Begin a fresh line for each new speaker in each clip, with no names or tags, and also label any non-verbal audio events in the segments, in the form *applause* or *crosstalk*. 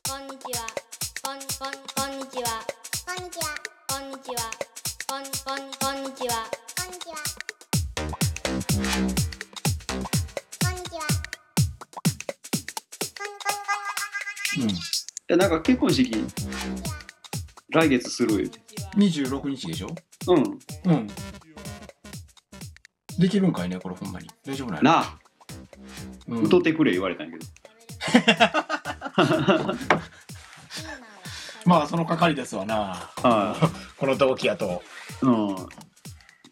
ちは。こんこんこんにちは。
こんにちは。
こんにちは。こんこんこんにちは。
こんにちは。こんにちは。こんこん
うん、えなんか結婚式来月する言うて
26日でしょ
うん
うん。できるんかいね、これほんまに。大丈夫なの
なあ
うん
歌ってくれ言われたんやけど
まあ、その係ですわな。
は
この同期やと。
いうん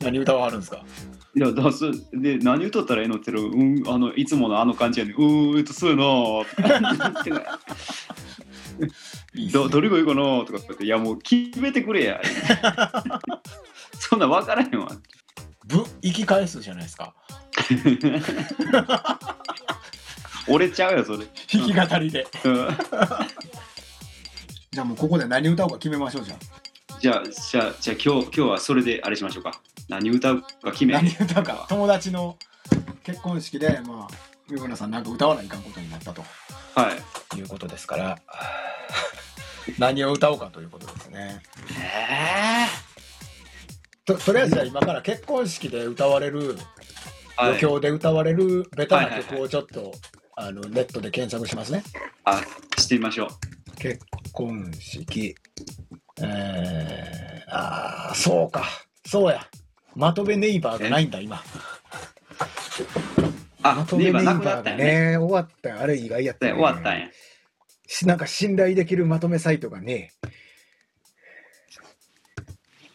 何歌わはるんですか
いや出すで何歌ったらええのって言ったらうんあのいつものあの感じやねんうーうとそうやなーと *laughs* か
いいっすね
どどれがいいかなーとかって言っていやもう決めてく *laughs* れやそんなん分からへんわ
ぶ、生き返すじゃないですか。
折れちゃうよそれ、
弾き語りで。
うん
じゃあもうここで何歌おうか決めましょうじゃん。
じゃあじゃあじゃあ今日今日はそれであれしましょうか何歌うか決め
何歌うか。友達の結婚式で、まあ、三村さんなんか歌わないかんことになったと
はい
いうことですから、 *laughs* 何を歌おうかということですね。
え
ととりあえずじゃあ今から結婚式で歌われる
ー
余興で歌われるベタな
はいはい
曲をちょっと、あのネットで検索しますね。
あしてみましょう
結婚式。えー、あーそうか。そうや。まとめネイバーがないんだ、今。
あネイバーなくな
バー
った
が
よね
ね、終わったよあれ意外やった
で
よね
終わったんや
しなんか信頼できるまとめサイトがね。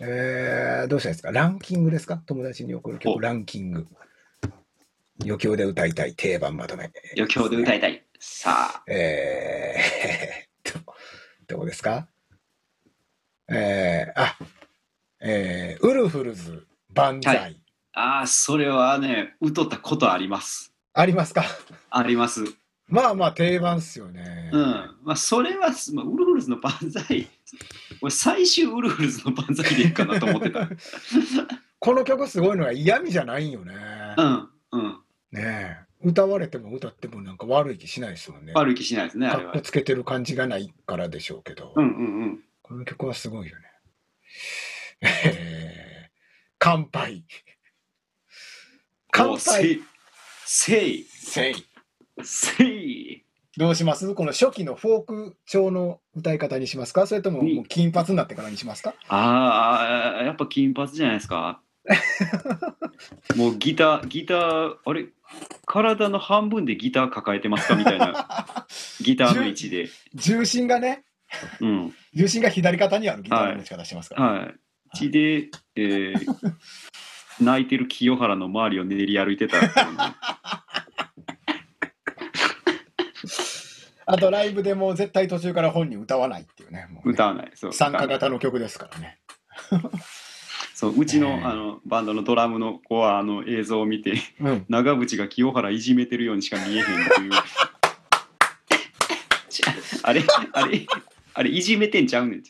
えー、どうしたらいいですかランキングですか友達に送る
お
曲、ランキング。余興で歌いたい定番まとめ。
余興で歌いたいさあ
えー、 *laughs* ど、どうですかえー、あ、えー、ウルフルズ万歳。
はあーそれはね歌ったことあります
ありますか *laughs*
ありますう
まあまあ定番っすよね。
んまあそれは、まあ、ウルフルズの万歳俺最終ウルフルズの万歳でいいかなと思
*laughs*
ってた
この曲すごいのは嫌味じゃないんよね。
うんうん
ねえ歌われても歌ってもなんか悪い気しないですもんね。
悪い気しないですねあれ
かっ
は
こつけてる感じがないからでしょうけど、
うんうんうん
この曲はすごいよね。えー乾杯。乾
おせ
杯。
いせい
せい。
せい
どうしますこの初期のフォーク調の歌い方にしますかそれとも
いい
もう金髪になってからにしますか
あーあーやっぱ金髪じゃないで
*laughs*
すかもうギターギターあれ体の半分でギター抱えてますかみたいな
*laughs*
ギターの位置で
重心がね、
うん
重心が左肩にあるギターの打ち方してますから。
はい位置で、えー泣いてる清原の周りを練り歩いてたっていうね、
あとライブでも絶対途中から本人歌わないっていうね。もうね
歌わないそう
参加
歌わない
型の曲ですからね。
そううち
えー
のあのバンドのドラムの子はあの映像を見て
うん。
長渕が清原いじめてるようにしか見えへんって
*laughs*
いう。ちゃあれあれあれいじめてんちゃうねんって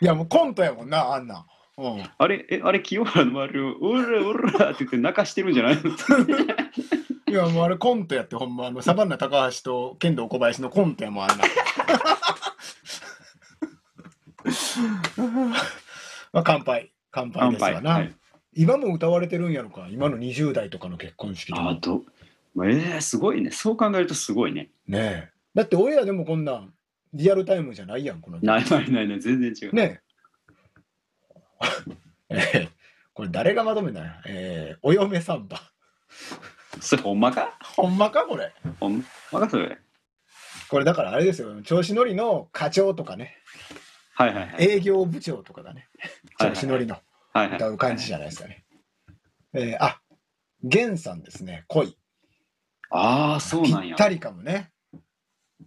いやもうコントやもんな、あんなん。うん。
あれえあれ清原の周りを「おらおら」って言って泣かしてるんじゃないの
いやもうあれコントやってほんまあのサバンナ高橋と剣道小林のコントやもんあん
*laughs*
な *laughs* まあ乾杯乾杯
乾
ですわ
杯、
な、
はい、
今も歌われてるんやろか今の20代とかの結婚式で
あ
も
どまあえー、すごいねそう考えるとすごいね
ねえだって俺らでもこんなんリアルタイムじゃないやんこの
ないないないない全然違う、
ねえ *laughs* ええこれ誰がまとめたんやええお嫁さんば *laughs*
それほんまか
ほんまかこれ
ほんまかそれ
これだからあれですよ調子乗りの課長とかね
はいはいはい
営業部長とかがね、
はい
調子乗りの
はいはい
歌う感じじゃないですかね。えーあ、源さんですね、恋。
ああそうなん
ぴっ
や
たりかもね。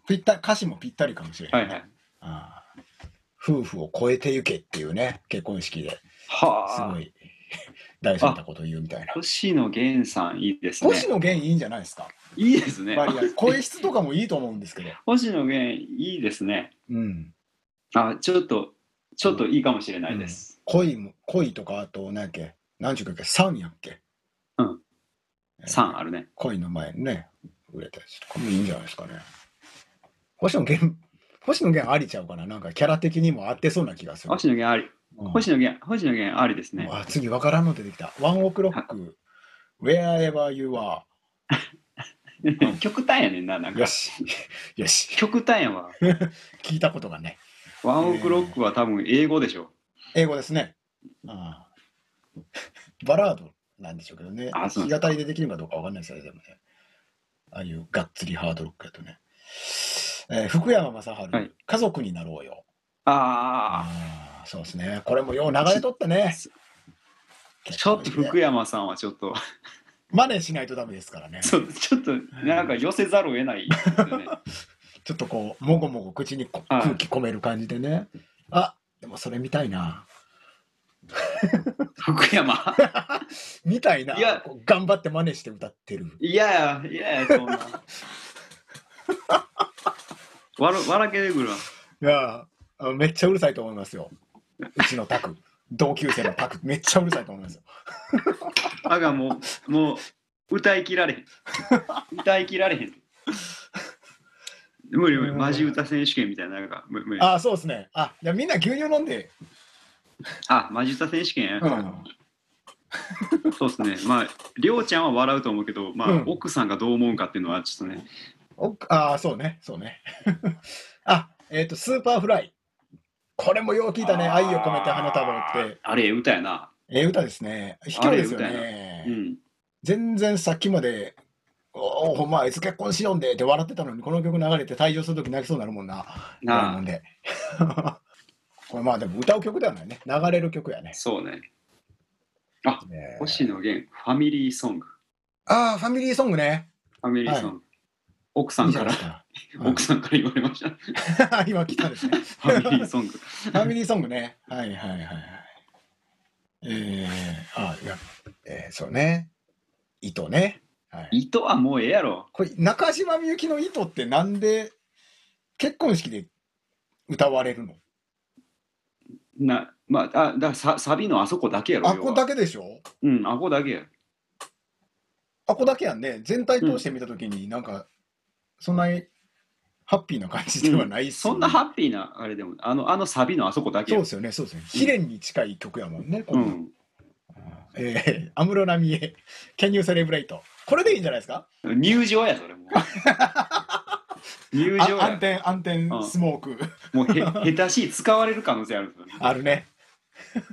ぴった歌詞もぴったりかもしれな、
はいいはい
あー夫婦を超えてゆけっていうね、結婚式です
は
ご
あ
い *laughs* 大事なこと言うみたいな。
星野源さんいいですね
星野源いいんじゃないですか、
いいですね
割合。声質とかもいいと思うんですけど。
星野源いいですね
うん。
あちょっとちょっといいかもしれないです。
恋も、恋とか、あと、何やっけ、何ちゅうかっけ、3やっけ。
うん
えー。
三あるね。
恋の前にね、売れたやつとかもいいんじゃないですかね。星野源、星野源ありちゃうかななんかキャラ的にも合ってそうな気がする。
星野源あり。
うん
星野源、星野源ありですね。
あ次、わからんの出てきた。ワンオクロック、wherever you are。
*laughs* 極端やねんな、なん
よ
か。
し。 *laughs* よし。
極端やわ。
聞いたことがね。
ワンオクロックは多分英語でしょ。
英語ですね。ああ *laughs* バラードなんでしょうけどね。
あ
弾
そう
き
なんですか
語りでできるかどうかわかんないですよね。でもねああいうがっつりハードロックやとね。えー福山雅治、
はい
家族になろうよ。
あ
ああそうですね。これもよう流れとったね。
あ、ちょっと福山さんはちょっと、
真似しないとダメですからね。
そうちょっとなんか寄せざるを得ないですよ *laughs* ね。
ちょっとこう、もごもご口にこ
はい
空気込める感じでね。あでもそれ見たいな。
福山
見たいな。
いや
こう頑張って真似して歌ってる。
いやいや、いやいや、そ *laughs* んな。わら笑けてくるわ。
いやーあめっちゃうるさいと思いますよ。うちのタク。 *laughs* 同級生のタク、めっちゃうるさいと思いますよ。
あがもう、もう、歌い切られへん。歌い切られへん。無理無理、マジ歌選手権みたいな、なんか、無無理。あ
あ、そうですね。あ、いや、みんな牛乳飲んで。
マジ歌選手権や、
うん。
そうですね。まあ、りょうちゃんは笑うと思うけど、まあ、
うん
奥さんがどう思うかっていうのは、ちょっとね。
おあ、そうね、そうね。 *laughs* あ、えっ、と、スーパーフライ。これもよう聞いたね。愛を込めて花束をって。
あれ、歌やな。
ええ歌ですね。卑怯ですよ
あれ
ね。
うん。
全然さっきまで、おお、ほんま、あいつ結婚しようんでって笑ってたのに、この曲流れて退場するとき泣きそうになるもんな。なる
な
も
あ
ん、で。 *laughs* これまあでも歌う曲ではないね。流れる曲やね。
そうね。
ね
星野源、ファミリーソング。
ああ、ファミリーソングね。
ファミリーソング。奥さ
いい
ん
じゃ
か
ない
ら
で、すか。うん
奥さんから言われました。フ
*laughs* 今来たですね。フ
ァミリーソ
*laughs*
ング。
ァミリーソングね。はいはいはいはい。えー、あいや、えー、そうね。糸ね。はい、
糸はもうええやろ。
これ、中島みゆきの糸ってなんで結婚式で歌われるの
な、まあ、あ、だからササビのあそこだけやろ。
あっこだけでしょ
要はうん、あこだけや。
あっこだけやんね。全体通して見たときになんか、そんなにハッピーな感じではないっすよ
そ
ね
んなハッピーなあれでも、あの、あのサビのあそこだけ
そう
や
で。すよね、そうですよね。秘伝に近い曲やもんね。こ
う
の
ん。
えー、安室奈美恵、Can You Celebrate? これでいいんじゃないですか
入場や、
*laughs*
それもう。入場
あ暗
や。
転、暗転
うん、
スモーク。
もうへ、下手しい使われる可能性あるんですよね。
あるね。 *laughs*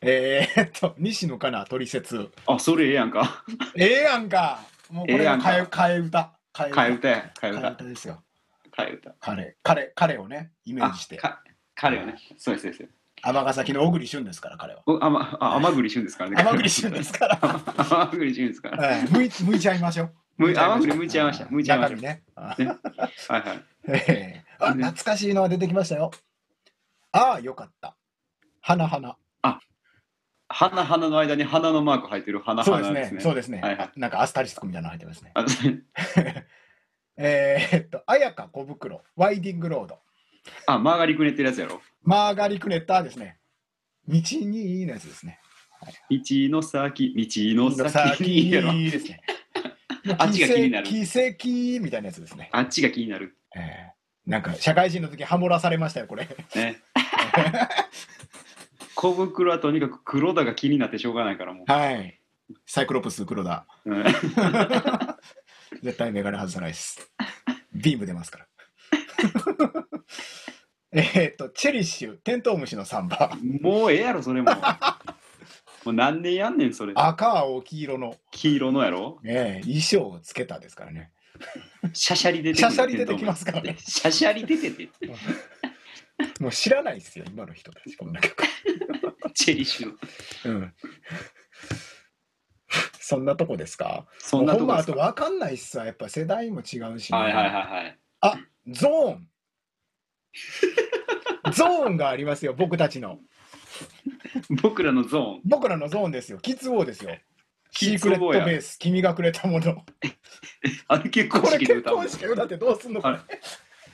えーっと、西野かな、トリセツ。
あ、それええやんか。
ええやんか。もうこ
ええ
れが
やん
替え
か
替え歌。替え歌。
替え歌や、
替
替え
え
歌
歌。ですよ。
替え歌。
彼、彼、彼をね、イメー
あ
ジし、て。
か彼をね。そうです、そうです。
尼崎の小栗旬ですから、彼は。
おあま、あ、甘栗旬ですからね。
天栗旬です
*laughs*
から。
甘栗旬ですから。
はい向い向いちゃいましょう。
む甘栗むいちゃいました。むいちゃいまし
中身ね。あ
た。ね、はいはい。
えーあ、懐かしいのが出てきましたよ。ああ、よかった。花花。
花花の間に花のマーク入ってる花
そうです
花
ね。
ですね。
そう
う
ですね、
はいはい
なんかアスタリスクみたいなの入ってますね。
ですね。
えーっと、綾香小袋、ワイディングロード、
あ、曲がりくねってるやつやろ。
マーガリクネッターですね。道にいいのやつですね。
道の先、道の先にいい
*laughs*
やろ。
いいですね。
あっちが気になる
奇跡奇跡みたいなやつですね。
あっちが気になる。
えーなんか社会人の時ハモらされましたよ、これ。 *laughs*
ね。 *laughs* 小袋はとにかく黒田が気になってしょうがないからも
はい。サイクロプス黒田。
う。うん
絶対メガネ外さないです。ビーム出ます
*laughs*
から。えーっと、チェリッシュ、テントウムシのサンバ。
もうええやろ、それも。もう何年やんねん、それ。
赤、青、黄色の、
黄色のやろ。
ねえ、衣装をつけたですからね。
シャシャリ出て
シャシャリ出てきますからね。
シャシャリ出てて。
もう知らないですよ、今の人たち、こんな曲。
チェリッシュの。
うん。 *laughs* そんなとこですか
そんなと
もうほんま
こで
あ
す
と
か。
分かんないっすわ。やっぱ世代も違うし、
はいはいはいはい。
ゾーン。 *laughs* ゾーンがありますよ、僕たちの。
僕らのゾーン。
僕らのゾーンですよ、キッズウォーですよ。シ
キ
ー
ッズ
ク
ウ
レッ
ォー
ト
や
ベース、君がくれたも
*laughs*
の。
あれ結婚
これ
式で
結
歌うの
婚式歌ってどうすんのこ
あ
れ。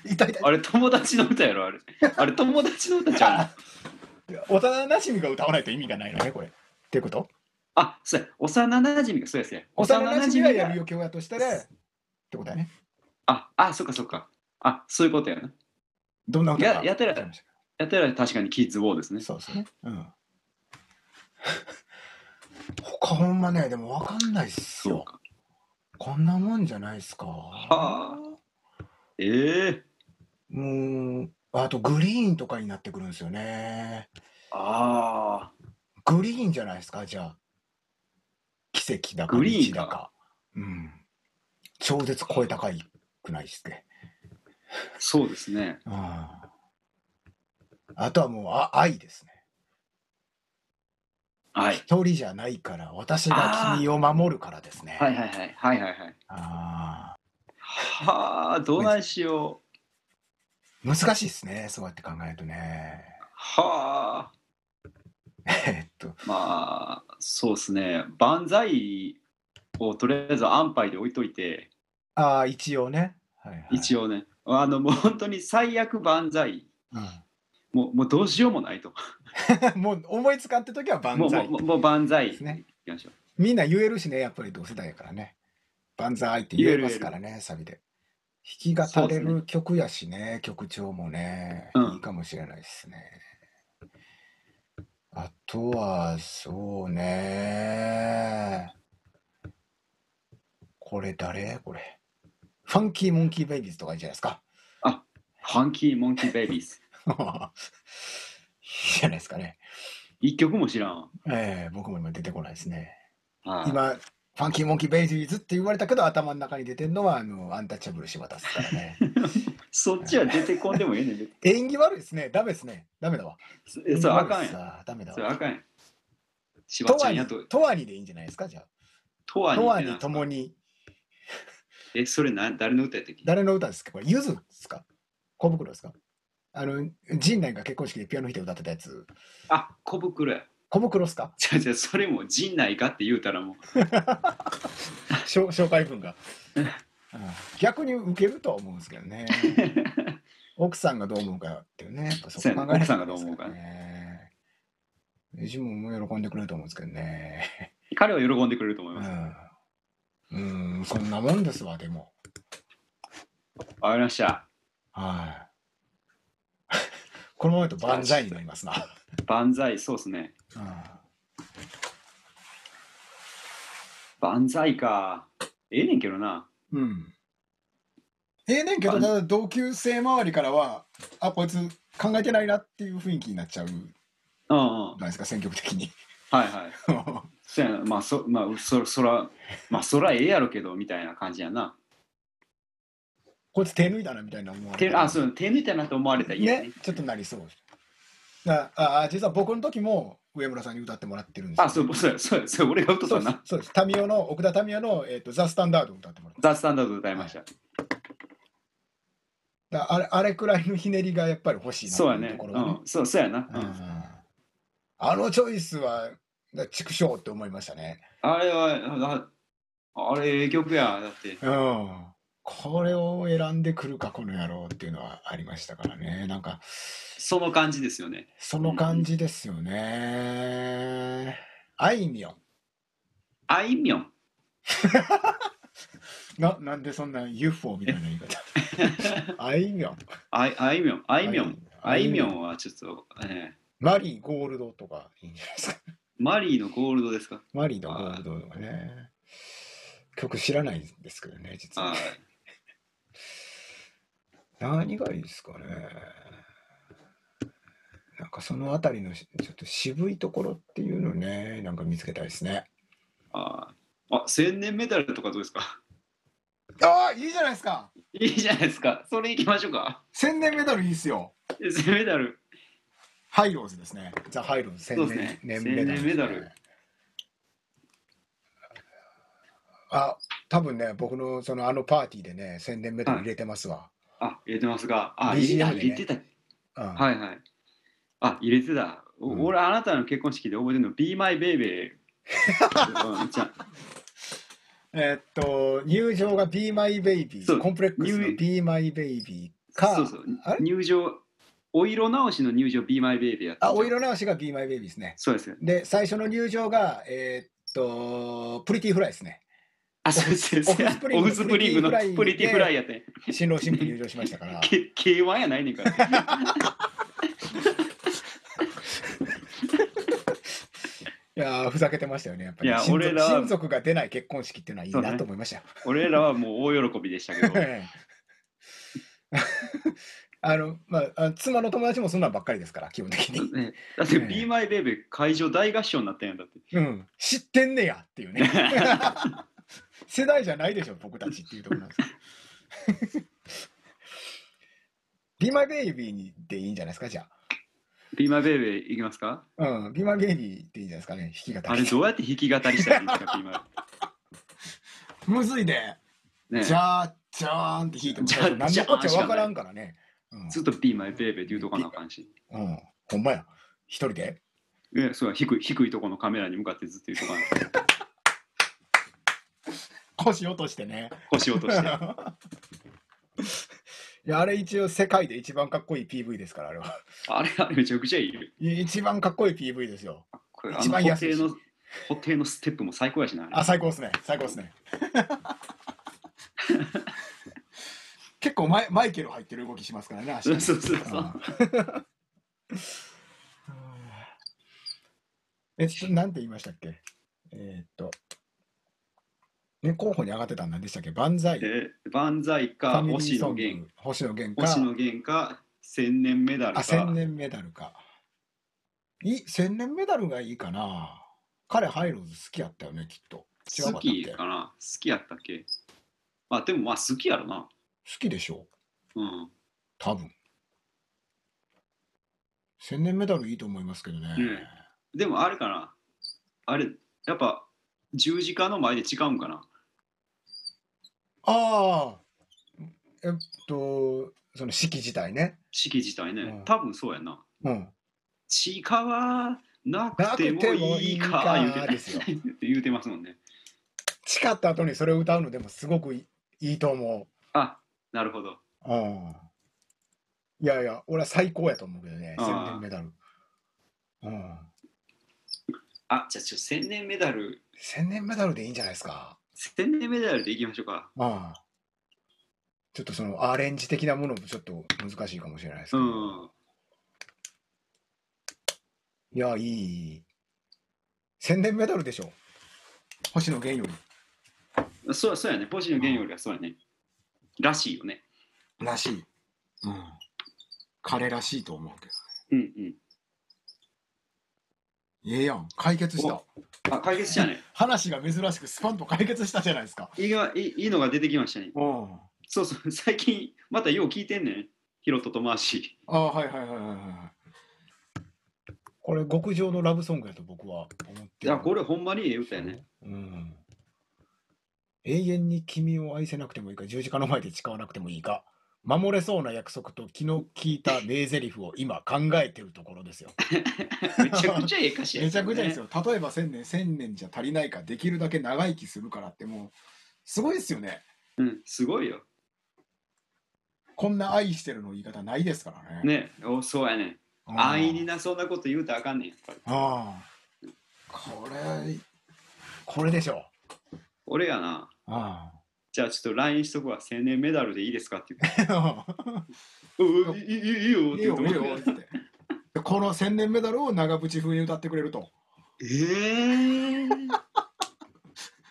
痛い痛い。
あれ友達の歌やろあれ。あれ友達の歌じゃん。
幼なじみが歌わないと意味がないのね、これ。ってこと
あ、そうや。幼馴染がそうやそうや。
幼なじみがや
幼
る
馴染
よ、今日やとしたら。ってことだね。
あ、あ、そっかそっか。あ、そういうことやな。
どんな歌か
ややってら
わかりました
やったら確かにキッズウォーですね。
そうですね。うん。他ほんまね、でもわかんないっす
そう
よ。
か。
こんなもんじゃないっすか。
はあ。ええ
もう、あとグリーンとかになってくるんですよね。
あ
グリーンじゃないですか、じゃあ。奇跡だか、
グリーン
道だか。うん。超絶声高いくないっすね。
あ、そうですね。
うん。あとはもう、あ愛ですね。
はい。
一人じゃないから、私が君を守るからですね。
はいはいはい。はいはいはい。
あ
はあ、どないしよう。
ー難しいですね、そうやって考えるとね。 *laughs*
はあ。
えっと、
まあ、そうですね。万歳をとりあえず安牌で置いといて、
ああ、一応ね。はいはい、
一
応、
応ね、あの、もう本当に最悪万歳。もうもうどうしようもないと。
うん *laughs* もう思いつかんって時は万
もうも
歳
うもうもう万歳。
ですね。
行きましょう
みんな言えるしね、やっぱり同世代やからね。万歳って言えますからね、サビで。弾き語れる曲やしね、曲調もね、
うん
いいかもしれないですね。あとは、そうね。これ誰これ。ファンキーモンキーベイビーズとかいいんじゃないですか。 *laughs*
ファンキーモンキーベイビーズ。
いいじゃないですかね。
一曲も知らん。
ええ僕も今出てこないですね。
はい
今、ファンキーモンキーベイビーズって言われたけど、頭の中に出てるのは、あの、アンタッチャブル柴田ですからね。
そっちは出てこんでもええね
*laughs*
んで。
縁起悪いですね。ダメですね。ダメだわ。
そえそれあかんやん。
や。ダメだ
それあ
わ。
かんやん。しば
と
ちゃ
わ
んや
に
と、、
とわにでいいんじゃないですか、じゃあ。
とわに
とわ
って
に
な
ともに、
え、それな誰の歌やったっけ
誰の歌ですかこれ、ゆずですか小袋ですかあの、陣内が結婚式でピアノ弾いて歌ってたやつ。
あ、小袋や。
小袋ですか
じゃじゃそれも陣内かって言うたらもう。
紹 *laughs* 紹介文が、うん逆に受けるとは思うんですけど
*laughs*
ね奥さんがどう思うかっていうねやっぱそこ考えなきゃいけないです
そうやね奥さんがどう思うか
ね自分も喜んでくれると思うんですけどね
彼は喜んでくれると思います。
うん、うん、そんなもんですわでも
わかりました。
はい *laughs* このままだと万歳になりますな、
万歳、そうですね。
う
万歳か。ええねんけどな。
んうん、ええねんけどただ同級生周りからはあこいつ考えてないなっていう雰囲気になっちゃうじゃ
うんうん。
ないですか選挙区的に
はいはい。そやな。まあ、そ、まあ、そ、そら、まあ、そらええやろけど、みたいな感じやな。
こいつ手抜いたなみたいな思われ
手、
た
あ、そう、手抜いたなと思われたら嫌や
ねちょっとなりそうだああ実は僕の時も上村さんに歌ってもらってるんですよ
あ、そう、そうや、そうや、そうや、俺が歌っ
そ
た
うです
な。
そうですタミオの奥田民生の、えーと「ザ・スタンダード」を歌ってもらっ
ザ・スタンダード歌いました。
ただあれあれくらいのひねりがやっぱり欲しいな
そうや
ってい
ね
う。ところ
う
がね
ん、そう、そうやな。う
うん
ん。
あのチョイスはだ畜生って思いましたね
あれは、ああれ、ええ曲や。だって。
うんこれを選んでくるかこの野郎っていうのはありましたからねなんか
その感じですよね。
その感じですよね、あいみょん
あいみょん。
ななんでそんな UFO みたいな言い方
*laughs*
あいみょん
あい、あいみょん。あいみょん。あ
あい
いみ
みょ
ょ
ん
んはちょっと、ええ
マリーゴールドとかいいんじゃないですか
マリーのゴールドですか。
マリーのゴールドとかね曲知らないんですけどね実
あ
は何がいいですかねなんかそのあたりのしちょっと渋いところっていうのねなんか見つけたいですね
ああ、千年メダルとかどうですか *laughs*
ああいいじゃないですか
いいじゃないですか。それ行きましょうか。
千年メダルいいですよ
千年メダル。
ハイローズですねザ・ハイローズ千
そう
年,、
ですね
年メダル,、
千年メダル
あ多分ね僕のそのあのパーティーでね千年メダル入れてますわ、
あ、入れてますが。あ、入
BGM
れあ
ね
入れてた。
うん
はいはい。あ、入れてた。お
うん
俺、あなたの結婚式で覚えてるの、Be My *laughs* Baby。うんじゃあ
えーっと、入場が Be My Baby
そう、
コンプレックスの
入
Be My Baby か、
そうそう
あ。れ
入場、お色直しの入場、Be My Baby やった。
あ、お色直しが Be My Baby ですね。
そうですよ。
で、最初の入場が、えーっと、プリティフライですね。
あ、そうそうそう
オフスプリング
オフスプリングのプ
プ
リ
リ
テ
ティ
ィフ
フ
ラ
ラ
イ
イ
やってん。
新郎新婦入場しました
*laughs*
から。
K- K1 やないねんから。 *laughs*
いやーふざけてましたよね、やっぱり。
いや
親族
俺らは
親族が出ない結婚式っていうのはいい
そう
な
ね
と思いましたよ。
俺らはもう大喜びでした *laughs* けど。
*laughs* あの、まああ、妻の友達もそんなんばっかりですから、基本的に。
ねだって
ね
Be My Baby 会場大合唱になったんやんだって。
うん、知ってんねやっていう
*laughs*
ね。世代じゃないでしょ、僕たちっていうところなんですよ。ビマベイビーでいいんじゃないですか、じゃ
Be My Baby いきますか
あ。うん、ビマベイビーでいいんじゃないですかね、弾き語
あれ
り。
どうやって弾き語りしたらいいんですか Be My
むずいで、
ね *laughs*
じゃあ、じゃーんって弾いても、
じゃーん
何のこっちゃわからんからね。うん
ずっと Be My Baby って言うとかなあかんし。
うん、ほんまや。一人で
ね、そうや低い低いとこのカメラに向かってずっと言うとかなあかん
腰落としてね。
腰落と
*laughs*
して。
いや、あれ一応世界で一番かっこいい PV ですから、あれは。
あれあれめちゃくちゃいいよ。
い一番かっこいい PV ですよ。
これあ
一
の
番
固
安い
定
し
の固定のステップも最高やしな。あれ
あ、最高ですね。最高です
*laughs*
ね。結構マイマイケル入ってる動きしますからね、足
そう
ね
そうそう
う
そ
ん *laughs* え、ちょなんて言いましたっけえーっと、ね、候補に上がってたの何でしたっけ万歳
う。。で、万歳
ファ
か
ミリー
星
ソ
野
ング
源。
星野源か。
星野源か千年メダル
あ、
か。
千年メダルか。いい、千年メダルがいいかな。彼、ハイローズ好きやったよね、きっと。違うかった
好
っけ
きかな好きやったっけまあでもまあ好きやろな。
好きでしょう。
うん。
多分。千年メダルいいと思いますけどね。
うんでもあれかなあれ、やっぱ十字架の前で違うんかな
ああ。えっと、その式自体ね。
式自体ね、
うん
多分そうやな。
うん。
違はなくてもいいか
な
言う
くてもいいかですよ
て *laughs* 言うてますもんね。
誓った後にそれを歌うのでもすごくいいいいと思
あ、なるほど。
う。うん。いやいや、俺は最高やと思うけどね、
あ
千
ー
年メダル。うん。
あ、じゃあちょ千年メダル、
千年メダルでいいんじゃないですか。
千年メダルでいきましょうか。
ああ。ちょっとそのアレンジ的なものもちょっと難しいかもしれないですけ
う
ど。
ん。
いや、いいいい。宣伝メダルでしょ。星野源よ
そうそうやね。星野源よりはそうやね。らしいよね。
り。らしい。うん。彼らしいと思うけど。
うんうん。
ええやん。解決した。
あ、解
*laughs*
決したね。
話が珍しくスパンと解決したじゃないですか。
いいがいいいいのが出てきましたね。
うん。あ
そうそう、最近、またよう聞いてんねん。ヒロトとマーシ
あ、はいはいはいはいはい。これ、極上のラブソングやと僕は思っ
ー。
て
いや、これほんまにええ歌やね。
うん。永遠に君を愛せなくてもいいか、十字架の前で誓わなくてもいいか、守れそうな約束と昨日聞いた名台詞を今考えてるところですよ。
めちゃくちゃええ歌詞や、
めちゃくちゃです。よ。例えば千年、千年じゃ足りないか、できるだけ長生きするからってもう、すごいですよね。
うん、すごいよ。
こんな愛してるの言い方ないですからね。
ね、おそうやねん。
うん
安易になそんなこと言うたらあかんねん、やっぱり。
ああ。これ、これでしょ
俺やな。
う。あ
じゃあちょっと LINE しとくわ。青年メダルでいいですか
*laughs*
って言って。
あ。
うんいいいいいよっ
い
て
い
言う
よ、
と
いいよ、つって。この千年メダルを長渕風に歌ってくれると。
えー。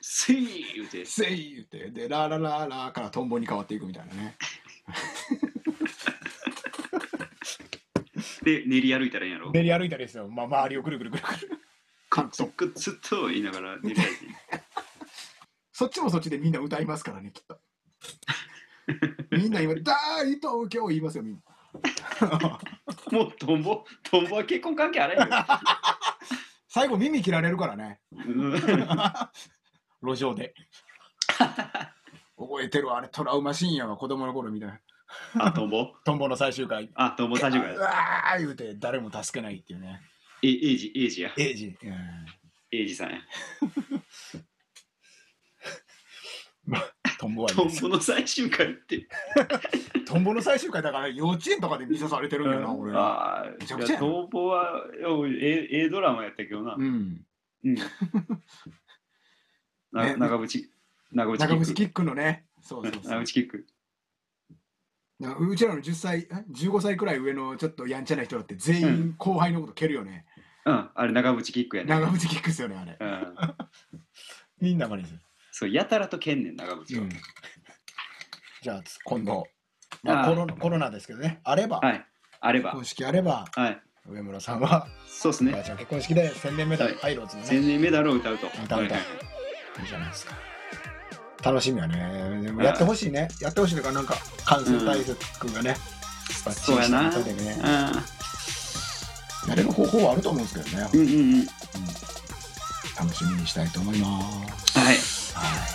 せい言うて。
せい言って、で、ララララからトンボに変わっていくみたいなね。
で、練り歩いたらええんやろ。
練り歩いたりですよ。まあ、周りをぐるぐるぐるぐる。
く
カ
っ
ッ
つ
ト。
くっつっと言いながら練り歩いて。
そっちもそっちでみんな歌いますからね、きっ *laughs* と。みんな今、大東京言いますよ、みんな。
もうトンボ、トンボは結婚関係あれへんよ。
最後、耳切られるから *laughs* ね、
うん
路上 *laughs* で。覚えてるわあれ、トラウマ深夜は子供の頃みたいな。
あ、トンボ
トンボの最終回。
あ、トンボ最初か
う
ら。
わー言うて、誰も助けないっていうね。
え、エイジ、エイジや。
エイジ。うん
エイジさんや。
トンボはいい
ト
で
ン
す
ボの最終回って。
トンボの最終回だから幼稚園とかで見さされてるんやな、俺は。
あ
めちゃ
あ、い
くちゃ
や
やな
トンボは、いやえええドラマやったけどな
う。ん。
*laughs* うん。な
ね
長渕、長渕
長渕
キッ
キックのね。そうそう
ク。
そ
長
う
渕。キック。
なうちらの10歳、え15歳くらい上のちょっとやんちゃな人だって全
う
員後輩のこと蹴るよね。
うん、あれ長渕キックやね。
長渕キックっすよね、あれ。
うん、
みんな真似す
そう、やたらとけんねん、長
る。
渕は。
じゃあ、今度、まあ
あ
コロナ、コロナですけどね、あれば、
はい、あれ
結
ば
婚。式あれば、
はい、
上村さんは、
そうです
ばあ
ね。
ちゃん結婚式で宣伝メダル、
はい
アイローズのね、
千年メダルを歌うと。
歌う歌う
はい
いいじゃないですか。楽しみはね、でもやってほしいね、やってほしいというか、なんか、感染対策がね、バッチ
そう
リ
や
した
な。
中でね、
あ
やれる方法はあると思うんですけどね
ー、うんうんうん。
楽しみにしたいと思います。
はい。
はい